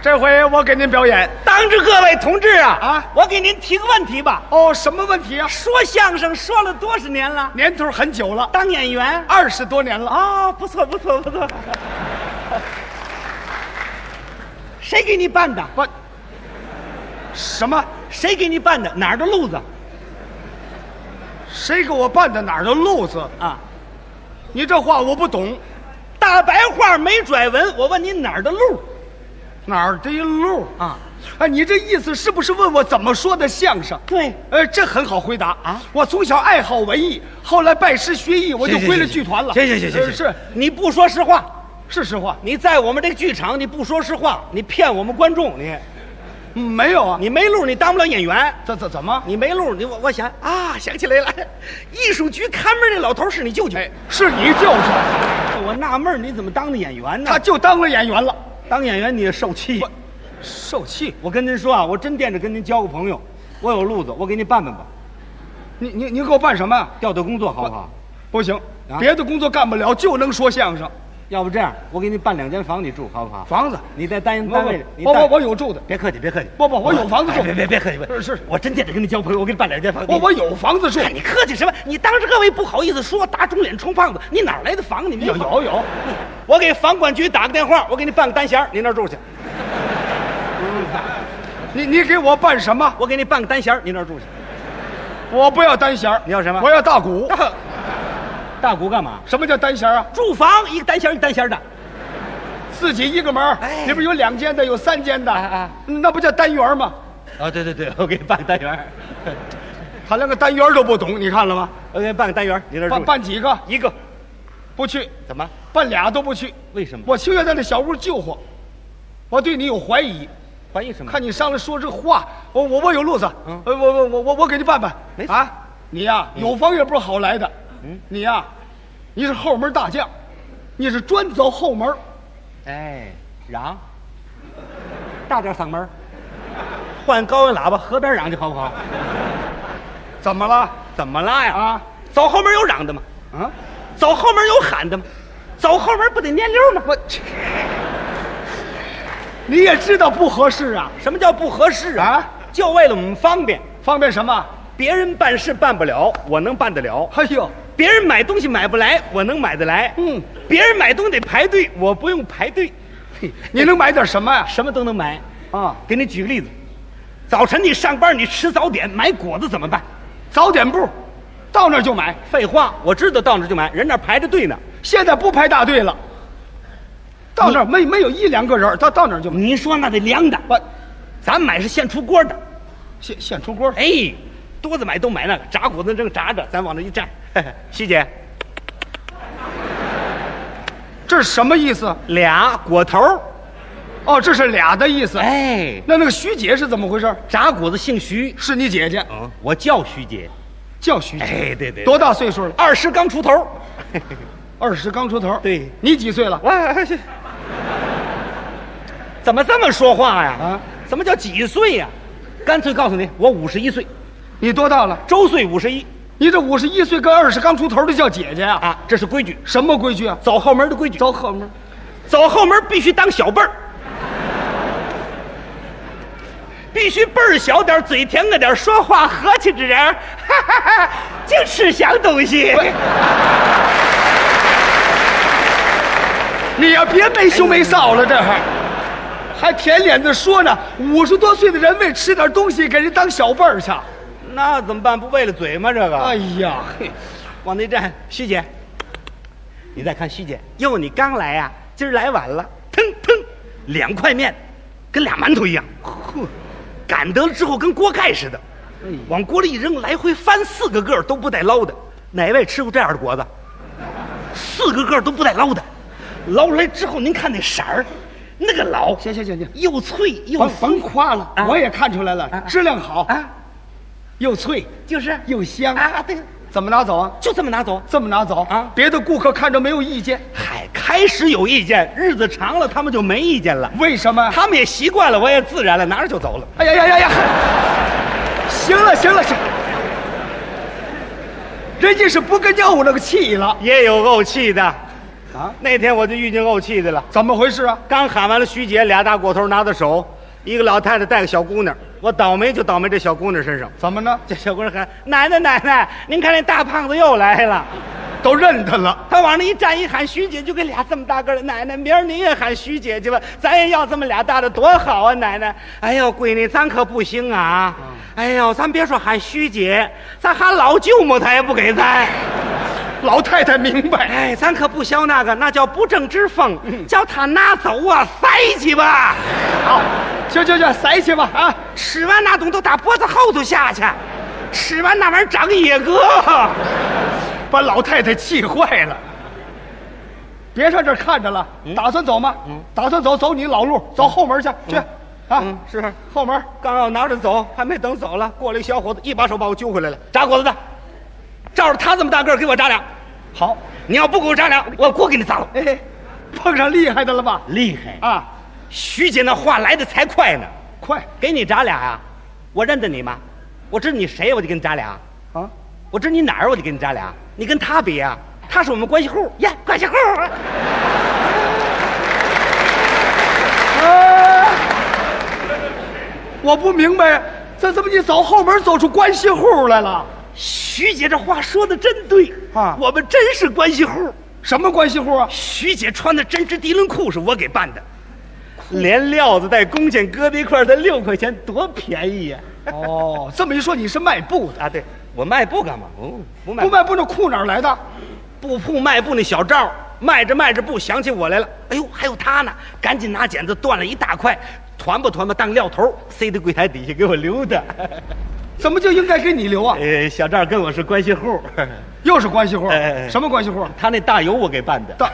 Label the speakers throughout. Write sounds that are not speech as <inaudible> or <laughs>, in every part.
Speaker 1: 这回我给您表演
Speaker 2: 当着各位同志啊
Speaker 1: 啊
Speaker 2: 我给您提个问题吧。
Speaker 1: 哦，什么问题啊？
Speaker 2: 说相声说了多少年了？
Speaker 1: 年头很久了，
Speaker 2: 当演员
Speaker 1: 二十多年了。
Speaker 2: 啊、不错不错不错。谁给你办的？
Speaker 1: 不，什么？
Speaker 2: 谁给你办的？哪儿的路子
Speaker 1: 谁给我办的哪儿的路子？
Speaker 2: 啊？
Speaker 1: 你这话我不懂，
Speaker 2: 大白话没拽文，我问你哪儿的路
Speaker 1: 哪儿的路？
Speaker 2: 啊？
Speaker 1: 哎，你这意思是不是问我怎么说的相声？
Speaker 2: 对，
Speaker 1: 呃，这很好回答
Speaker 2: 啊
Speaker 1: 我从小爱好文艺，后来拜师学艺，我就
Speaker 2: 行行
Speaker 1: 归了
Speaker 2: 行
Speaker 1: 剧团了。
Speaker 2: 行行行行
Speaker 1: 呃
Speaker 2: 行
Speaker 1: 是
Speaker 2: 你不说实话，
Speaker 1: 是实话，
Speaker 2: 你在我们这个剧场你不说实话，你骗我们观众，你
Speaker 1: 嗯没有啊？
Speaker 2: 你没路，你当不了演员。
Speaker 1: 怎怎怎么？
Speaker 2: 你没路，你我我想啊，想起来了， <laughs> 艺术局看门那老头是你舅舅。
Speaker 1: 哎，是你舅舅，
Speaker 2: 哎我纳闷儿你怎么当的演员呢？
Speaker 1: 他就当了演员了，
Speaker 2: 当演员你也受气。
Speaker 1: 受气。
Speaker 2: 我跟您说啊，我真惦着跟您交个朋友，我有路子，我给您办办吧，
Speaker 1: 你你你给我办什么呀？
Speaker 2: 调调工作好不好？
Speaker 1: 不行
Speaker 2: 啊，
Speaker 1: 别的工作干不了，就能说相声。
Speaker 2: 要不这样，我给您办两间房，你住好不好？
Speaker 1: 房子，
Speaker 2: 你在单
Speaker 1: 不
Speaker 2: 位单位，你
Speaker 1: 不，我
Speaker 2: 单
Speaker 1: 我我有住的，
Speaker 2: 别客气，别客气，
Speaker 1: 不不，我有房子住
Speaker 2: 哎，别别别客气，别
Speaker 1: 是是，
Speaker 2: 我真惦着跟你交朋友，我给你办两间房。
Speaker 1: 我
Speaker 2: 你
Speaker 1: 我有房子住，
Speaker 2: 哎你客气什么？你当着各位不好意思说，打肿脸充胖子，你哪儿来的房？你没
Speaker 1: 有
Speaker 2: 房
Speaker 1: 有有，
Speaker 2: 我给房管局打个电话，我给你办个单弦儿，你那儿住去。
Speaker 1: 你你给我办什么？
Speaker 2: 我给你办个单弦儿，你那儿住去。
Speaker 1: 我不要单弦儿
Speaker 2: 你要什么
Speaker 1: 我要大
Speaker 2: <laughs>
Speaker 1: 鼓。
Speaker 2: 大鼓干嘛？
Speaker 1: 什么叫单弦儿啊？
Speaker 2: 住房一个单弦儿一个单弦儿的，
Speaker 1: 自己一个门儿
Speaker 2: 哎，
Speaker 1: 里边有两间的，有三间的，嗯
Speaker 2: 啊啊
Speaker 1: 那不叫单元吗？
Speaker 2: 啊，对对对，我给你办个单元儿，
Speaker 1: 他连个单元都不懂，你看了吗？
Speaker 2: 我给你办个单元儿，你那儿住
Speaker 1: 办
Speaker 2: 去
Speaker 1: 办几个
Speaker 2: 一个，
Speaker 1: 不去，
Speaker 2: 怎么？
Speaker 1: 办俩都不去。
Speaker 2: 为什么？
Speaker 1: 我七月在那小屋救火，我对你有怀疑，
Speaker 2: 怀疑什么？
Speaker 1: 看你上来说这话，我我我有路子，
Speaker 2: 嗯
Speaker 1: 呃我我我我我给你办办
Speaker 2: 没错
Speaker 1: 啊！你呀，有房也不是好来的，
Speaker 2: 嗯
Speaker 1: 你呀，你是后门大将，你是专走后门儿，
Speaker 2: 哎，嚷，大点嗓门儿，换高音喇叭，河边嚷去好不好？
Speaker 1: 怎么了？
Speaker 2: 怎么啦呀？
Speaker 1: 啊，
Speaker 2: 走后门有嚷的吗？
Speaker 1: 啊，
Speaker 2: 走后门有喊的吗？走后门不得蔫溜吗？
Speaker 1: 我去，你也知道不合适啊。
Speaker 2: 什么叫不合适啊？
Speaker 1: 啊
Speaker 2: 就为了我们方便，
Speaker 1: 方便什么？
Speaker 2: 别人办事办不了，我能办得了；
Speaker 1: 哎呦，
Speaker 2: 别人买东西买不来，我能买得来。
Speaker 1: 嗯，
Speaker 2: 别人买东西得排队，我不用排队，嘿
Speaker 1: 你能买点什么呀？
Speaker 2: 什么都能买。
Speaker 1: 啊，
Speaker 2: 给你举个例子，早晨你上班，你吃早点买果子怎么办？
Speaker 1: 早点部，到那儿就买。
Speaker 2: 废话，我知道到那儿就买，人那儿排着队呢。
Speaker 1: 现在不排大队了，到那儿没没有一两个人儿，到到那儿就买。
Speaker 2: 你说那得凉的，
Speaker 1: 我
Speaker 2: 咱买是现出锅的。
Speaker 1: 现现出锅，
Speaker 2: 哎，多子买都买那个炸果子正炸着，咱往那一站。 <laughs> 西姐，
Speaker 1: 这是什么意思？
Speaker 2: 俩果头儿，
Speaker 1: 哦，这是俩的意思。
Speaker 2: 哎，
Speaker 1: 那那个徐姐是怎么回事？
Speaker 2: 炸果子姓徐，
Speaker 1: 是你姐姐，
Speaker 2: 嗯，我叫徐姐。
Speaker 1: 叫徐姐，
Speaker 2: 哎，对对，
Speaker 1: 多大岁数了？
Speaker 2: 二十刚出头。
Speaker 1: 二十刚出头。
Speaker 2: 对
Speaker 1: 你几岁了？
Speaker 2: 哇，怎么这么说话呀？
Speaker 1: 啊
Speaker 2: 哎啊，怎么叫几岁呀？干脆告诉你，我五十一岁，
Speaker 1: 你多大了？
Speaker 2: 周岁五十一
Speaker 1: 你这五十一岁跟二十刚出头的叫姐姐啊？
Speaker 2: 啊，这是规矩，
Speaker 1: 什么规矩啊？
Speaker 2: 走后门的规矩。
Speaker 1: 走后门。
Speaker 2: 走后门必须当小辈儿，必须辈儿小点儿，嘴甜个点儿，说话和气着点儿，哈哈哈，净吃香东西。
Speaker 1: 你呀，别没羞没臊了，这还还舔脸子说呢。五十多岁的人为吃点东西给人当小辈儿去。啊
Speaker 2: 那怎么办？不为了嘴吗？这个，
Speaker 1: 哎呀，嘿
Speaker 2: 往那站，徐姐，你再看徐姐，哟，你刚来呀、今儿来晚了，腾腾，两块面，跟俩馒头一样，呵，擀得了之后跟锅盖似的，
Speaker 1: 哎
Speaker 2: 往锅里一扔，来回翻四个个儿都不带捞的，哪位吃过这样的果子？四个个儿都不带捞的，捞出来之后，您看那色儿，那个老，
Speaker 1: 行行行行，
Speaker 2: 又脆又
Speaker 1: 甭
Speaker 2: 酥
Speaker 1: 甭夸了，
Speaker 2: 啊
Speaker 1: 我也看出来了，
Speaker 2: 啊
Speaker 1: 质量好，
Speaker 2: 啊，
Speaker 1: 又脆
Speaker 2: 就是
Speaker 1: 又香。
Speaker 2: 啊，对，
Speaker 1: 怎么拿走啊？
Speaker 2: 就这么拿走。
Speaker 1: 这么拿走
Speaker 2: 啊
Speaker 1: 别的顾客看着没有意见，
Speaker 2: 嗨，开始有意见，日子长了他们就没意见了，
Speaker 1: 为什 <laughs> 么？
Speaker 2: 他们也习惯了，我也自然了，拿着就走了。
Speaker 1: 哎呀呀呀呀！行了行了行了，人家是不跟要我那个气了。
Speaker 2: 也有怄气的，
Speaker 1: 啊
Speaker 2: 那天我就郁金怄气的了，
Speaker 1: 怎么回事啊？
Speaker 2: 刚喊完了徐姐，俩大果头拿着手，一个老太太带个小姑娘，我倒霉就倒霉这小姑娘身上。
Speaker 1: 怎么呢？
Speaker 2: 这小姑娘喊：“奶奶，奶奶，您看那大胖子又来了。”
Speaker 1: 都认他了，
Speaker 2: 他往那一站，一喊徐姐，就给俩这么大个儿的奶奶。明儿您也喊徐姐去吧，咱也要这么俩大的，多好啊，奶奶！哎呦，闺女，咱可不行啊！哎呦，咱别说喊徐姐，咱喊老舅母，她也不给咱。
Speaker 1: 老太太明白，
Speaker 2: 哎，咱可不消那个，那叫不正之风，叫他拿走啊，塞去吧。
Speaker 1: 好，行行行，塞去吧啊！
Speaker 2: 吃完那东西都打脖子后头下去，吃完那玩意儿长野哥。
Speaker 1: 把老太太气坏了。别上这儿看着了，打算走吗？打算走，走你老路，走后门去，去啊！
Speaker 2: 嗯嗯，是。
Speaker 1: 后门，
Speaker 2: 刚要拿着走，还没等走了，过来一小伙子，一把手把我揪回来了。炸果子的，照着他这么大个儿给我扎俩。
Speaker 1: 好，
Speaker 2: 你要不给我扎俩，我锅给你砸了。
Speaker 1: 哎，碰上厉害的了吧？
Speaker 2: 厉害！
Speaker 1: 啊，
Speaker 2: 徐姐那话来的才快呢，
Speaker 1: 快
Speaker 2: 给你扎俩啊！我认得你吗？我知道你谁，我就给你扎俩。
Speaker 1: 啊！
Speaker 2: 我知道你哪儿，我就给你扎俩。你跟他比啊，他是我们关系户呀，关系户。
Speaker 1: 我不明白，这怎么你走后门走出关系户来了？
Speaker 2: 徐姐这话说的真对
Speaker 1: 啊
Speaker 2: 我们真是关系户。
Speaker 1: 什么关系户啊？
Speaker 2: 徐姐穿的针织涤纶裤是我给办的，连料子带工钱搁在一块儿才六块钱，多便宜呀、
Speaker 1: 哦， <laughs> 这么一说你是卖布的，
Speaker 2: 啊！对，我卖布干嘛？不不卖
Speaker 1: 不卖布那裤哪儿来的？
Speaker 2: 布铺卖布那小赵儿卖着卖着布想起我来了，哎呦，还有他呢，赶紧拿剪子断了一大块，团吧团吧当料头儿塞到柜台底下给我留的。
Speaker 1: 怎么就应该给你留啊？
Speaker 2: 呃，小赵儿跟我是关系户，
Speaker 1: 又是关系户
Speaker 2: 哎哎哎，
Speaker 1: 什么关系户？啊
Speaker 2: 他那大油我给办的， <laughs>
Speaker 1: 大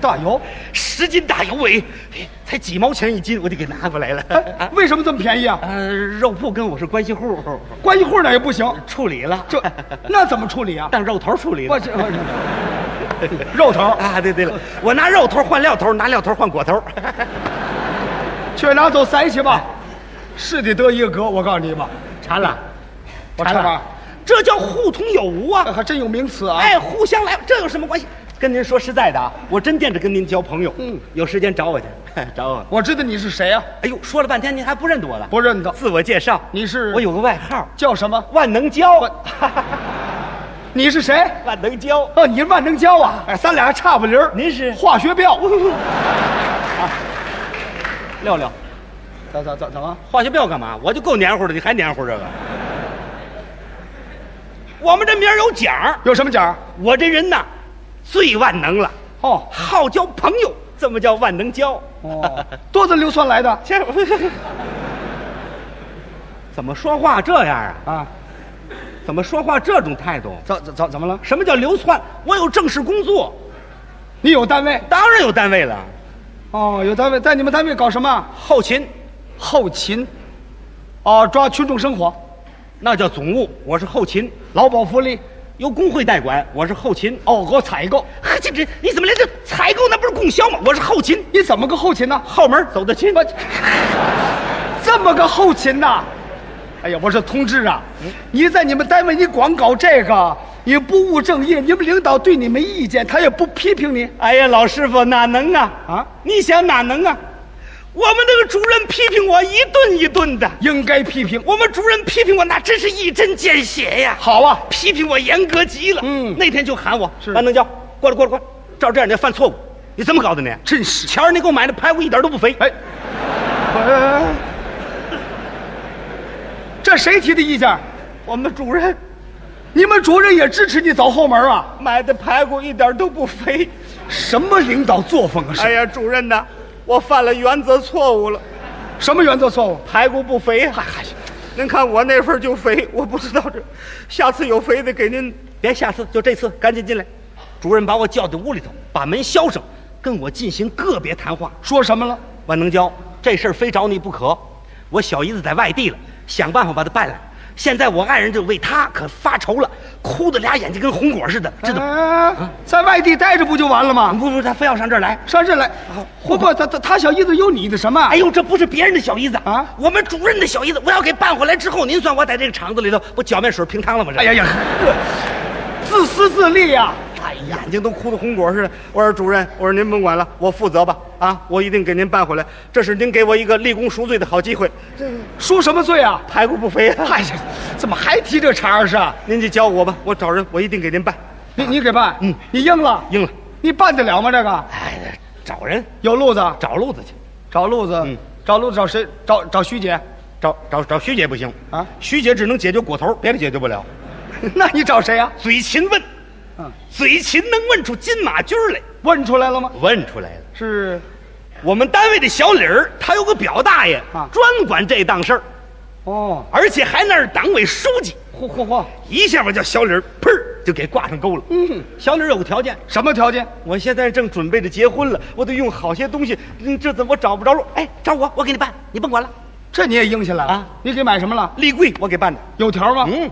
Speaker 1: 大油，
Speaker 2: 十斤大油尾，哎才几毛钱一斤，我就给拿过来了。
Speaker 1: 哎为什么这么便宜啊？
Speaker 2: 呃，肉铺跟我是关系户，
Speaker 1: 关系户那也不行，
Speaker 2: 处理了， <laughs>
Speaker 1: 这那怎么处理啊？
Speaker 2: 当肉头处理
Speaker 1: 我
Speaker 2: 了。
Speaker 1: 去，肉头
Speaker 2: 啊，对对了，我拿肉头换料头，拿料头换
Speaker 1: <laughs>
Speaker 2: 果头。
Speaker 1: 去拿走塞去吧，是得得一个格，我告诉你吧，
Speaker 2: 馋了，
Speaker 1: 我看看，
Speaker 2: 这叫互通有无
Speaker 1: 哎 <laughs>
Speaker 2: 啊！
Speaker 1: 还真有名词啊。
Speaker 2: 哎，互相来，这有什么关系？跟您说实在的啊，我真惦着跟您交朋友。嗯，有时间找
Speaker 1: <laughs>
Speaker 2: 我去，找我。
Speaker 1: 我知道你是谁啊？
Speaker 2: 哎呦，说了半天您还不认得我了？
Speaker 1: 不认得，
Speaker 2: 自我介绍，
Speaker 1: 你是
Speaker 2: 我有个外号，
Speaker 1: 叫什么？
Speaker 2: 万 <laughs> 能胶。
Speaker 1: 你是谁？
Speaker 2: 万能胶，
Speaker 1: 哦，你是万能胶啊？哎，咱俩还差不离儿。
Speaker 2: 您是
Speaker 1: 化学标？
Speaker 2: 廖廖，
Speaker 1: 怎怎怎怎么？
Speaker 2: <laughs> 化学表干嘛？我就够黏糊的，你还黏糊这个？我们这名儿有奖儿，
Speaker 1: 有什么奖？
Speaker 2: 我这人呐，最万能了，
Speaker 1: 哦
Speaker 2: 好交朋友，这么叫万能交。
Speaker 1: <laughs> 哦，多子硫酸来的
Speaker 2: 这 <laughs> 怎么说话这样啊？
Speaker 1: 啊？
Speaker 2: 怎么说话这种态度？
Speaker 1: 怎怎怎怎么了？
Speaker 2: 什么叫流窜？我有正式工作，
Speaker 1: 你有单位？
Speaker 2: 当然有单位了，
Speaker 1: 哦，有单位，在你们单位搞什么？
Speaker 2: 后勤
Speaker 1: 后勤，哦，抓群众生活，
Speaker 2: 那叫总务，我是后勤，
Speaker 1: 劳保福利，
Speaker 2: 由工会代管，我是后勤。
Speaker 1: 哦，给我采购。
Speaker 2: 呵，这这你怎么连这采购那不是供销吗？我是后勤，
Speaker 1: 你怎么个后勤呢？
Speaker 2: 后门走的亲。
Speaker 1: 我这么个后勤呐、哎呀，我说同志啊，你在你们单位你光搞这个，也不务正业，你们领导对你没意见，他也不批评你。
Speaker 2: 哎呀，老师傅哪能啊
Speaker 1: 啊
Speaker 2: 啊！你想哪能啊？我们那个主任批评我一顿一顿的，
Speaker 1: 应该批评。
Speaker 2: 我们主任批评我那真是一针见血呀。
Speaker 1: 好啊，
Speaker 2: 批评我严格极了。
Speaker 1: 嗯
Speaker 2: 那天就喊我
Speaker 1: 是
Speaker 2: 万能胶，过来过来过来，照这样你犯错误，你怎么搞的你？
Speaker 1: 真是。
Speaker 2: 瞧着你给我买的排骨一点都不肥，
Speaker 1: 哎，哎，这谁提的意见？
Speaker 2: 我们主任
Speaker 1: 你们主任也支持你走后门啊？
Speaker 2: 买的排骨一点都不肥。
Speaker 1: 什么领导作风啊？是、
Speaker 2: 哎呀，主任呐，我犯了原则错误了，
Speaker 1: 什么原则错误？
Speaker 2: 排骨不肥。啊嗨、嗨，您看我那份就肥，我不知道这，下次有肥的给您。别下次，就这次，赶紧进来。主任把我叫到屋里头，把门销上，跟我进行个别谈话。
Speaker 1: 说什么了？
Speaker 2: 万能胶，这事儿非找你不可。我小姨子在外地了，想办法把她办来。现在我爱人就为她可发愁了，哭的俩眼睛跟红果似的，知道吗？
Speaker 1: 哎，在外地待着不就完了吗？
Speaker 2: 不不，她非要上这儿来。
Speaker 1: 上这来，不不，他他他小姨子有你的什么？
Speaker 2: 哎呦，这不是别人的小姨子
Speaker 1: 啊
Speaker 2: 我们主任的小姨子。我要给办回来之后，您算
Speaker 1: 哎
Speaker 2: 我在这个厂子里头不搅面水平汤了吗？
Speaker 1: <laughs>
Speaker 2: 这
Speaker 1: 哎呀呀，自私自利呀、
Speaker 2: 哎眼睛都哭得红果似的。我说主任，我说您甭管了，我负责吧，啊，我一定给您办回来。这是您给我一个立功赎罪的好机会，这
Speaker 1: 说什么罪啊？
Speaker 2: 排骨不肥啊！
Speaker 1: 嗨、呀，怎么还提这茬儿是？
Speaker 2: 您就教我吧，我找人，我一定给您办。
Speaker 1: 你你给办？
Speaker 2: 嗯
Speaker 1: 你应了？
Speaker 2: 应了。
Speaker 1: 你办得了吗？这个
Speaker 2: 哎，找人，
Speaker 1: 有路子？
Speaker 2: 找路子去，
Speaker 1: 找路子？
Speaker 2: 嗯
Speaker 1: 找路子找谁？找找徐姐？ <laughs>
Speaker 2: 找找找徐姐不行
Speaker 1: 啊
Speaker 2: 徐姐只能解决果头，别的解决不了。
Speaker 1: 那你找谁呀、啊
Speaker 2: 嘴勤问，
Speaker 1: 嗯，
Speaker 2: 嘴勤能问出金马驹儿来，
Speaker 1: 问出来了吗？
Speaker 2: 问出来了。
Speaker 1: 是
Speaker 2: 我们单位的小李儿，他有个表大爷，
Speaker 1: 啊
Speaker 2: 专管这档事儿，
Speaker 1: 哦，
Speaker 2: 而且还那儿党委书记。
Speaker 1: 嚯嚯嚯！
Speaker 2: 一下我叫小李儿，砰儿就给挂上钩了。
Speaker 1: 嗯，
Speaker 2: 小李儿有个条件，
Speaker 1: 什么条件？
Speaker 2: 我现在正准备着结婚了，我得用好些东西，嗯，这怎么我找不着路？哎，找我，我给你办，你甭管了。
Speaker 1: 这你也应下来了？
Speaker 2: 啊
Speaker 1: 你给买什么了？
Speaker 2: 立柜我给办的，
Speaker 1: 有条吗？
Speaker 2: 嗯，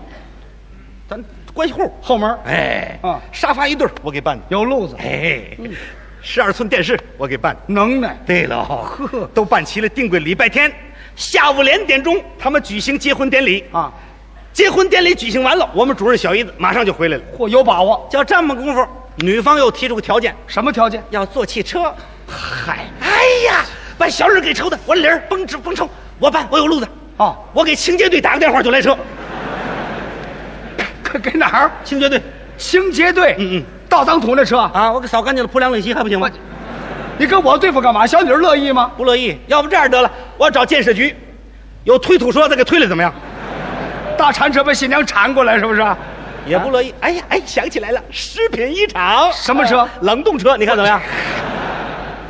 Speaker 2: 咱关系户，
Speaker 1: 后门
Speaker 2: 哎，
Speaker 1: 啊
Speaker 2: 沙发一对儿我给办的，
Speaker 1: 有路子，
Speaker 2: 哎，十二寸电视我给办的。
Speaker 1: 能耐。
Speaker 2: 对了，
Speaker 1: 呵
Speaker 2: 都办齐了，定个礼拜天下午两点钟，他们举行结婚典礼。
Speaker 1: 啊，
Speaker 2: 结婚典礼举行完了，我们主任小姨子马上就回来了。
Speaker 1: 嚯，有把握。
Speaker 2: 就这么功夫，女方又提出个条件，
Speaker 1: 什么条件？
Speaker 2: 要坐汽车。嗨，哎呀，把小李给愁的，我说李儿甭吃甭愁，我办，我有路子。
Speaker 1: 哦，
Speaker 2: 我给清洁队打个电话就来车。
Speaker 1: 给给哪儿？
Speaker 2: 清洁队
Speaker 1: 清洁队。
Speaker 2: 嗯嗯，
Speaker 1: 倒脏土那车。
Speaker 2: 啊，我给扫干净了，铺两垒席还不行吗
Speaker 1: 我？你跟我对付干嘛？小女儿乐意吗？
Speaker 2: 不乐意，要不这样得了，我找建设局，有推土车再给推了怎么样？
Speaker 1: 大铲车把新娘铲过来是不啊是？
Speaker 2: 也不乐意。哎呀，哎，想起来了，食品一厂
Speaker 1: 什么车
Speaker 2: 呃冷冻车，你看怎么样？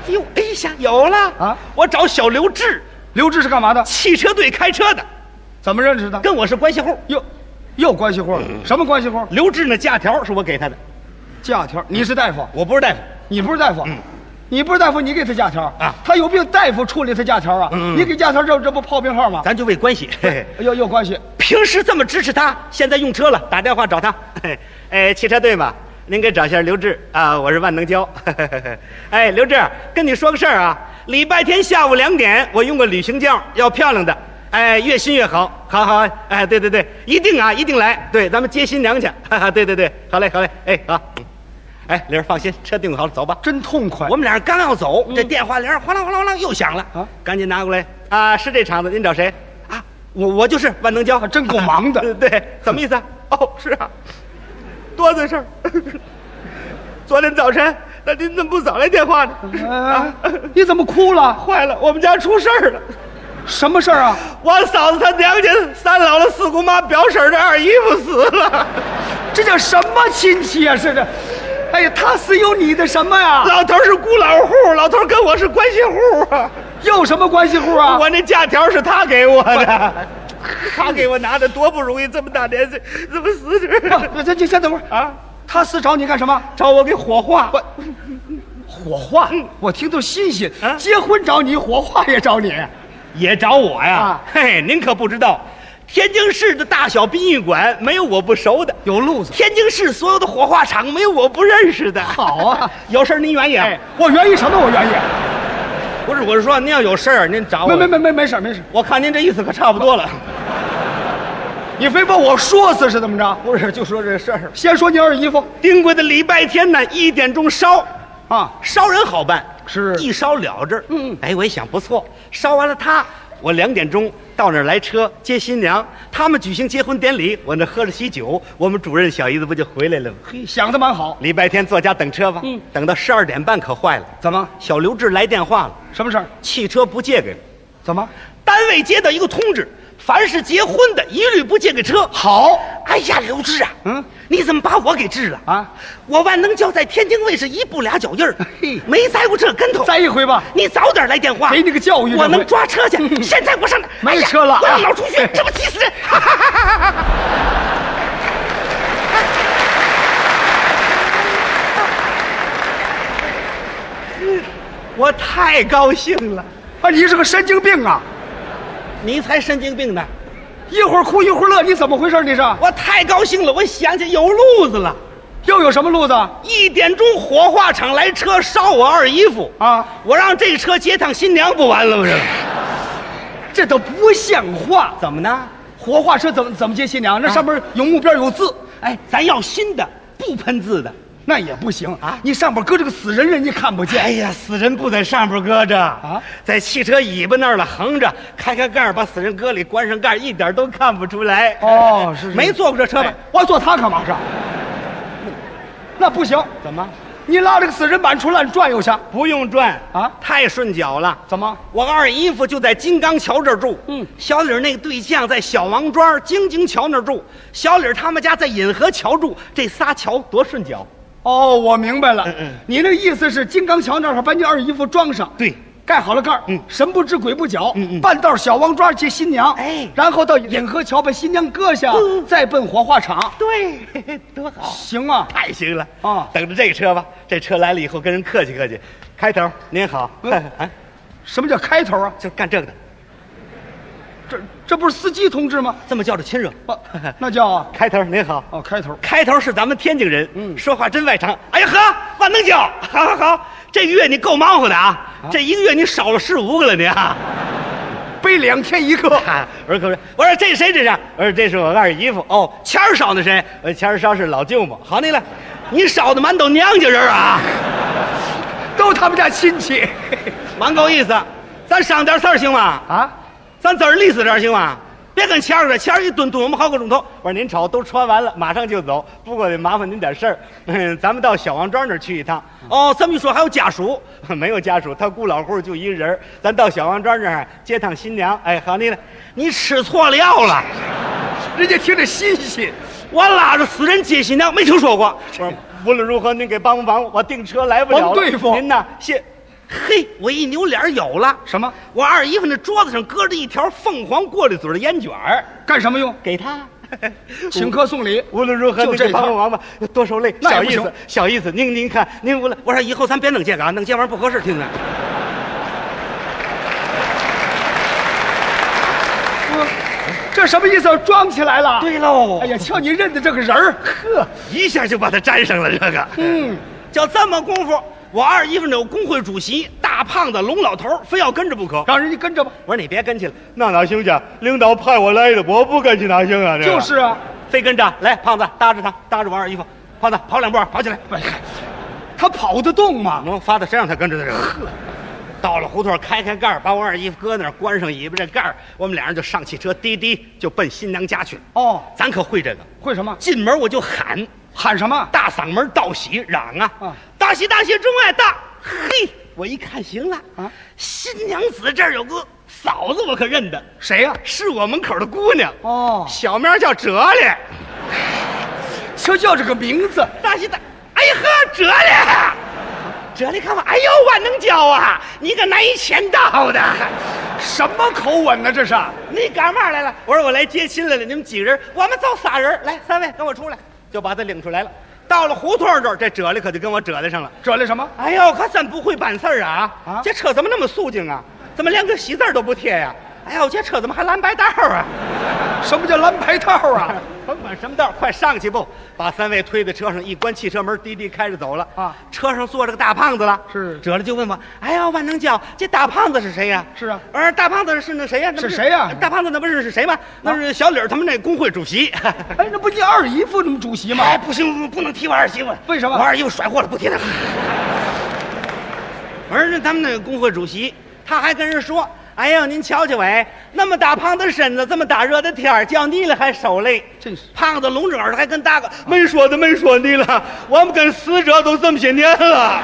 Speaker 2: 哟，哎呀，有了
Speaker 1: 啊
Speaker 2: 我找小刘志，
Speaker 1: 刘志是干嘛的？
Speaker 2: 汽车队开车的，
Speaker 1: 怎么认识的？
Speaker 2: 跟嗯我是关系户。
Speaker 1: 又又关系户？什么关系户？
Speaker 2: 刘志那假条是我给他的，
Speaker 1: 假条。你是大夫，
Speaker 2: 我不是大夫。
Speaker 1: 你不是大夫，你不是大夫，你给他假条
Speaker 2: 嗯啊
Speaker 1: 他有病，大夫处理他假条啊。
Speaker 2: 嗯嗯
Speaker 1: 你给假条，这这不炮兵号吗？哎
Speaker 2: 咱就为关系，嘿嘿
Speaker 1: 有有关系。
Speaker 2: 平时这么支持他，现在用车了，打电话找他。嘿哎，汽车队嘛，您给找一下刘志啊，我是万能胶。哎，刘志，跟你说个事儿啊，礼拜天下午两点，我用个旅行轿，要漂亮的，哎，越新越好。好好，哎，对对对，一定啊，一定来。对，咱们接新娘去。哈哈，对对对，好嘞，好嘞，哎，好。嗯哎，刘儿放心，车定好了，走吧。
Speaker 1: 真痛快嗯
Speaker 2: 我。们俩刚要走，这电话铃儿哗啦哗啦哗啦又响了，
Speaker 1: 啊
Speaker 2: 赶紧拿过来啊！是这厂子，您找谁？啊，我我就是万能胶，
Speaker 1: 啊真够忙的
Speaker 2: 对 <laughs> 对，什么意思
Speaker 1: <laughs>
Speaker 2: 啊？哦，是啊，多的事儿。 <laughs> 昨天早晨，那您怎么不早来电话呢？
Speaker 1: 哎，
Speaker 2: 啊
Speaker 1: 你怎么哭了？
Speaker 2: 坏了，我们家出事儿了，
Speaker 1: 什么事儿啊？
Speaker 2: 我嫂子她娘家三姥姥、四姑妈、表婶儿的二姨夫死了，
Speaker 1: 这叫什么亲戚啊？是这，哎呀，他死有你的什么呀？
Speaker 2: 老头儿是孤老户，老头儿跟我是关系户啊。
Speaker 1: 又什么关系户啊？
Speaker 2: 我那假条是他给
Speaker 1: <laughs>
Speaker 2: 我的，他给我拿的，多不容易，这么大年纪， <laughs> 怎么死这？
Speaker 1: 不，这这先等会儿 <laughs> 啊！
Speaker 2: 啊，
Speaker 1: 他死找你干什么？
Speaker 2: 找我给火化，
Speaker 1: 我火化，我听都新鲜。
Speaker 2: 啊
Speaker 1: 结婚找你，火化也找你。
Speaker 2: 也找我呀？
Speaker 1: 啊
Speaker 2: 嘿，您可不知道，天津市的大小殡仪馆没有我不熟的，
Speaker 1: 有路子
Speaker 2: 天津市所有的火化场没有我不认识的。
Speaker 1: <laughs> 好啊
Speaker 2: 有事儿您原意啊
Speaker 1: 哎，我愿意什么？我愿意。
Speaker 2: 不是，我是说您要有事儿您找我。
Speaker 1: 没没，没没没事儿没事儿，
Speaker 2: 我看您这意思可差不多了。
Speaker 1: 你非把我说死是怎么着？
Speaker 2: 不是，就说这事儿。
Speaker 1: 先说你二姨夫
Speaker 2: 丁贵的礼拜天呢，一点钟烧。
Speaker 1: 啊，
Speaker 2: 烧人好办，
Speaker 1: 是
Speaker 2: 一烧了之。
Speaker 1: 嗯
Speaker 2: 哎，我一想不错，烧完了他，我两点钟到那儿来车接新娘，他们举行结婚典礼，我那喝着喜酒，我们主任小姨子不就回来了吗？
Speaker 1: 嘿想的蛮好。
Speaker 2: 礼拜天坐家等车吧，
Speaker 1: 嗯
Speaker 2: 等到十二点半可坏了，
Speaker 1: 怎么？
Speaker 2: 小刘志来电话了，
Speaker 1: 什么事儿？
Speaker 2: 汽车不借给了，
Speaker 1: 怎么？
Speaker 2: 单位接到一个通知，凡是结婚的一律不借给车。
Speaker 1: 好，
Speaker 2: 哎呀，刘志啊，
Speaker 1: 嗯，
Speaker 2: 你怎么把我给治了
Speaker 1: 啊？
Speaker 2: 我万能胶在天津卫视一步俩脚印儿
Speaker 1: 嘿，
Speaker 2: 没栽过这跟头。
Speaker 1: 再一回吧。
Speaker 2: 你早点来电话，
Speaker 1: 给你个教育这回
Speaker 2: 我能抓车去。现在我上哪？
Speaker 1: 没
Speaker 2: 哎呀
Speaker 1: 车了
Speaker 2: 我
Speaker 1: 啊
Speaker 2: 要老出血，这不急死人！哈哈哈哈哈哈我太高兴了，
Speaker 1: 啊，你是个神经病啊！
Speaker 2: 你才神经病呢！
Speaker 1: 一会儿哭一会儿乐，你怎么回事？你是
Speaker 2: 我太高兴了，我想起有路子了。
Speaker 1: 又有什么路子？
Speaker 2: 一点钟火化场来车烧我二姨夫
Speaker 1: 啊
Speaker 2: 我让这车接趟新娘不完了吗？这
Speaker 1: 这都不像话！
Speaker 2: 怎么呢？
Speaker 1: 火
Speaker 2: 啊
Speaker 1: 化车怎么怎么接新娘？那上面有目标有字，
Speaker 2: 哎，咱要新的，不喷字的。
Speaker 1: 那也不行
Speaker 2: 啊
Speaker 1: 你上边搁这个死人，人家看不见。
Speaker 2: 哎呀，死人不在上边搁着啊
Speaker 1: 啊，
Speaker 2: 在汽车尾巴那儿了横着，开开盖儿把死人搁里，关上盖儿，一点都看不出来。
Speaker 1: 哦是是
Speaker 2: 没坐过这车吧？
Speaker 1: 哎我坐它干嘛上？那不行，
Speaker 2: 怎么？
Speaker 1: 你拉这个死人板出来你转悠去。
Speaker 2: 不用转
Speaker 1: 啊
Speaker 2: 太顺脚了。
Speaker 1: 怎么？
Speaker 2: 我二姨夫就在金刚桥这儿住，
Speaker 1: 嗯
Speaker 2: 小李儿那个对象在小王庄京津桥那儿住，小李儿他们家在引河桥住，这仨桥多顺脚。
Speaker 1: 哦，我明白了
Speaker 2: 嗯嗯，
Speaker 1: 你那意思是金刚桥那儿把你二姨夫装上，
Speaker 2: 对，
Speaker 1: 盖好了盖儿
Speaker 2: 嗯
Speaker 1: 神不知鬼不觉，
Speaker 2: 嗯嗯
Speaker 1: 半道小王庄接新娘，
Speaker 2: 哎
Speaker 1: 然后到引河桥把新娘搁下，
Speaker 2: 嗯
Speaker 1: 再奔火化场，
Speaker 2: 对， <laughs> 多好，
Speaker 1: 行啊？
Speaker 2: 太行了
Speaker 1: 啊
Speaker 2: 等着这车吧，这车来了以后跟人客气客气。开头您好，
Speaker 1: 嗯
Speaker 2: <laughs> 啊，
Speaker 1: 什么叫开头啊？
Speaker 2: 就是干这个的，
Speaker 1: 这这不是司机同志吗？
Speaker 2: 这么叫着亲热。 <laughs>
Speaker 1: 不，那叫啊
Speaker 2: 开头您好，
Speaker 1: 哦开头。
Speaker 2: 开头是咱们天津人，
Speaker 1: 嗯
Speaker 2: 说话真外长。哎呀呵，万能胶， <laughs> 好好好，这月你够忙活的啊，这一个月你少了十五个了你 <laughs> 啊。
Speaker 1: 背两天一个，
Speaker 2: 啊我说可不是，我说这谁这是？我说呃这是我二姨夫。哦，钱儿少的谁？我说钱儿少是老舅母。好你了，你少的满都娘家人儿啊，
Speaker 1: 都他们家亲
Speaker 2: <laughs>
Speaker 1: 戚
Speaker 2: 蛮够意思。咱赏点事儿行吗？
Speaker 1: 啊！
Speaker 2: 咱自儿利索点儿行吗？别跟谦儿了，谦儿一顿顿我们好个钟头。我说您瞅，都穿完了，马上就走。不过得麻烦您点事儿，嗯，咱们到小王庄那儿去一趟。哦，这么一说还有家属， <laughs> 没有家属，他孤老户就一人儿。咱到小王庄这儿接趟新娘。哎，好你了，你吃错料了。
Speaker 1: 人家听着新鲜，
Speaker 2: 我拉着死人接新娘，没听说过。我说无论如何，您给帮帮忙，我订车来不了了。
Speaker 1: 我们对付
Speaker 2: 您呐，谢。嘿，我一扭脸有了
Speaker 1: 什么
Speaker 2: 我二姨夫那桌子上搁着一条凤凰过滤嘴的烟卷儿，
Speaker 1: 干什么用？
Speaker 2: 给他。
Speaker 1: 请客送礼，
Speaker 2: <laughs> 无论如何，
Speaker 1: 就
Speaker 2: 您
Speaker 1: 这
Speaker 2: 给帮
Speaker 1: 套
Speaker 2: 帮忙吧，多受累，
Speaker 1: 那也
Speaker 2: 小
Speaker 1: 不
Speaker 2: 意思
Speaker 1: 行，
Speaker 2: 小意思。您您看，您无论我说以后咱别弄这个啊，弄这玩意儿不合适，听着。
Speaker 1: 嗯这什么意思？装起来了？
Speaker 2: 对喽，
Speaker 1: 哎呀，瞧你认得这个人
Speaker 2: <laughs>
Speaker 1: 儿，呵，
Speaker 2: 一下就把他粘上了这个。
Speaker 1: 嗯，
Speaker 2: 就这么功夫，我二姨夫那有工会主席大胖子龙老头儿非要跟着不可。
Speaker 1: 让人家跟着吧。
Speaker 2: 我说你别跟去了，那哪行去？领导派我来的，我不跟去哪行啊？这
Speaker 1: 就是啊，
Speaker 2: 非跟着来，胖子搭着他，搭着王二姨夫，胖子跑两步，啊跑起来。
Speaker 1: 哎呀他跑得动吗？
Speaker 2: 能发到谁让他跟着他这个？到了胡同，开开盖儿，把我二姨夫搁那儿，关上尾巴这盖儿，我们俩人就上汽车，滴滴就奔新娘家去。
Speaker 1: 哦，
Speaker 2: 咱可会这个，
Speaker 1: 会什么？
Speaker 2: 进门我就喊，
Speaker 1: 喊什么？
Speaker 2: 大嗓门道喜嚷啊，
Speaker 1: 啊
Speaker 2: 大喜大喜，中外大！嘿，我一看行了
Speaker 1: 啊，
Speaker 2: 新娘子这儿有个嫂子，我可认得。
Speaker 1: 谁呀、
Speaker 2: 是我门口的姑娘
Speaker 1: 哦
Speaker 2: 小名叫哲理，
Speaker 1: 就叫这个名字，
Speaker 2: 大喜大，哎呀呵，
Speaker 1: <laughs>
Speaker 2: 哲理，哲理看我，哎呦，万能胶啊，你可难以前到的，
Speaker 1: 什么口吻呢？这是？
Speaker 2: 你干嘛来了？我说我来接亲来了，你们几个人？我们就仨人，来，三位跟我出来，就把他领出来了。到了胡同这儿，这哲理可就跟我折来上了。
Speaker 1: 这来什么？
Speaker 2: 哎呦，可真不会办事儿啊！
Speaker 1: 啊
Speaker 2: 这车怎么那么肃静啊？怎么连个喜字儿都不贴呀、哎呦，这车怎么还蓝白道儿啊？
Speaker 1: 什么叫蓝牌套啊？
Speaker 2: <laughs> 甭管什么道儿，快上去不？把三位推在车上，一关汽车门，滴滴开着走了。
Speaker 1: 啊
Speaker 2: 车上坐着个大胖子了。
Speaker 1: 是
Speaker 2: 哲了就问我：“哎呀，万能教，这大胖子是谁呀、
Speaker 1: 是啊
Speaker 2: 我说大胖子是那谁呀、那不
Speaker 1: 是谁呀啊
Speaker 2: 大胖子那不是是谁吗？那是小李儿他们那工会主席。
Speaker 1: 哎，那不你二姨夫你们主席吗？
Speaker 2: 哎，不行，不能提我二媳妇了。
Speaker 1: 为什么
Speaker 2: 我二姨夫甩货了，不提他了。我说那他们那个工会主席，他还跟人说：“哎呦，您瞧瞧，喂，那么大胖的身子，这么大热的天儿，叫你了还受累。”
Speaker 1: 真是
Speaker 2: 胖子聋着耳朵还跟大哥没说的没说你了，我们跟死者都这么些年了。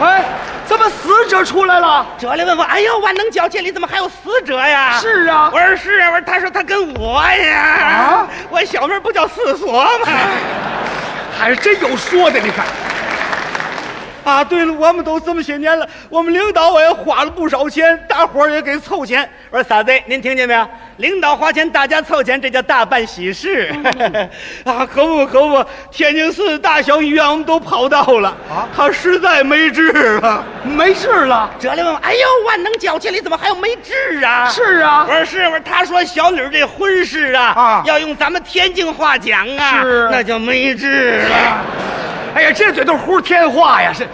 Speaker 1: 哎，怎么死者出来了？
Speaker 2: 哲来问我：“哎呦，万能脚界里怎么还有死者呀？”
Speaker 1: 是啊
Speaker 2: 我说是啊，我说他说他跟我呀，
Speaker 1: 啊
Speaker 2: 我小名不叫四所吗？
Speaker 1: 还真有说的，你看。
Speaker 2: 啊，对了，我们都这么些年了，我们领导我也花了不少钱，大伙儿也给凑钱。我说嫂子，您听见没有？领导花钱，大家凑钱，这叫大办喜事。 <laughs> 啊，可不可不，天津市大小医院我们都跑到了，
Speaker 1: 啊
Speaker 2: 他实在没治啊了。
Speaker 1: 没事了。
Speaker 2: 哲理问我，哎呦，万能脚气里怎么还有没治啊？
Speaker 1: 是啊
Speaker 2: 我，说是，我说他说小李儿这婚事啊，
Speaker 1: 啊
Speaker 2: 要用咱们天津话讲啊，
Speaker 1: 是
Speaker 2: 那就没治了。
Speaker 1: 哎呀，这嘴都呼天话呀！是，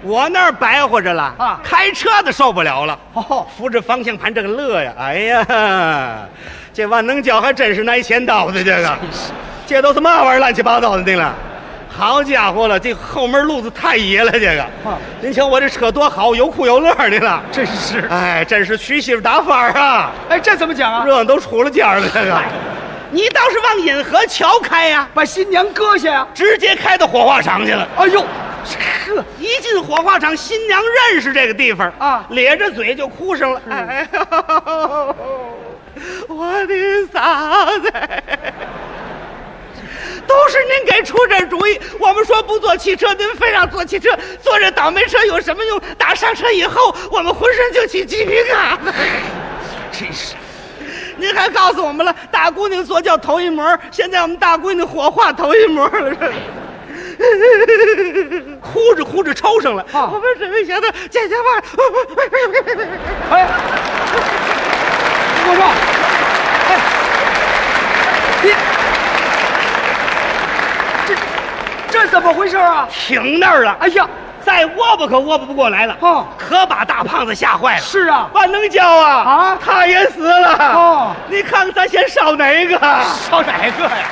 Speaker 2: 我那儿白活着了
Speaker 1: 啊
Speaker 2: 开车的受不了了，
Speaker 1: 哦
Speaker 2: 扶着方向盘这个乐呀，哎呀，
Speaker 1: <laughs>
Speaker 2: 这万能脚还真是拿钱刀的这个，这都是嘛玩意儿乱七八糟的定了。好家伙了，这后门路子太野了，这个。
Speaker 1: 啊
Speaker 2: 您瞧我这车多好，有哭有乐的了。
Speaker 1: 真是。
Speaker 2: 哎，真是娶媳妇打法儿啊，
Speaker 1: 哎，这怎么讲啊？哎
Speaker 2: 热闹都出了尖儿了，这个。你倒是往引河桥开呀、
Speaker 1: 把新娘搁下呀！
Speaker 2: 直接开到火化场去了。
Speaker 1: 哎呦，呵，
Speaker 2: 一进火化场，新娘认识这个地方
Speaker 1: 啊
Speaker 2: 咧着嘴就哭上了。哎呦，我的嫂子，都是您给出这主意。我们说不坐汽车，您非让坐汽车，坐这倒霉车有什么用？打上车以后，我们浑身就起鸡皮疙瘩。 <laughs>
Speaker 1: 真是。
Speaker 2: 您还告诉我们了，大姑娘坐轿头一模，现在我们大姑娘火化头一模了。 <laughs> 哭着哭着抽上了，
Speaker 1: 啊
Speaker 2: 我们准备想到姐姐吧，
Speaker 1: 哎，我说，哎，你这这怎么回事啊？
Speaker 2: <laughs> 停那儿了。
Speaker 1: 哎呀，
Speaker 2: 再窝巴可窝巴不过来了，
Speaker 1: 哦
Speaker 2: 可把大胖子吓坏了。
Speaker 1: 是啊，
Speaker 2: 万能胶啊
Speaker 1: 啊
Speaker 2: 他也死了。
Speaker 1: 哦
Speaker 2: 你看看咱先烧哪一个？
Speaker 1: 烧哪个呀？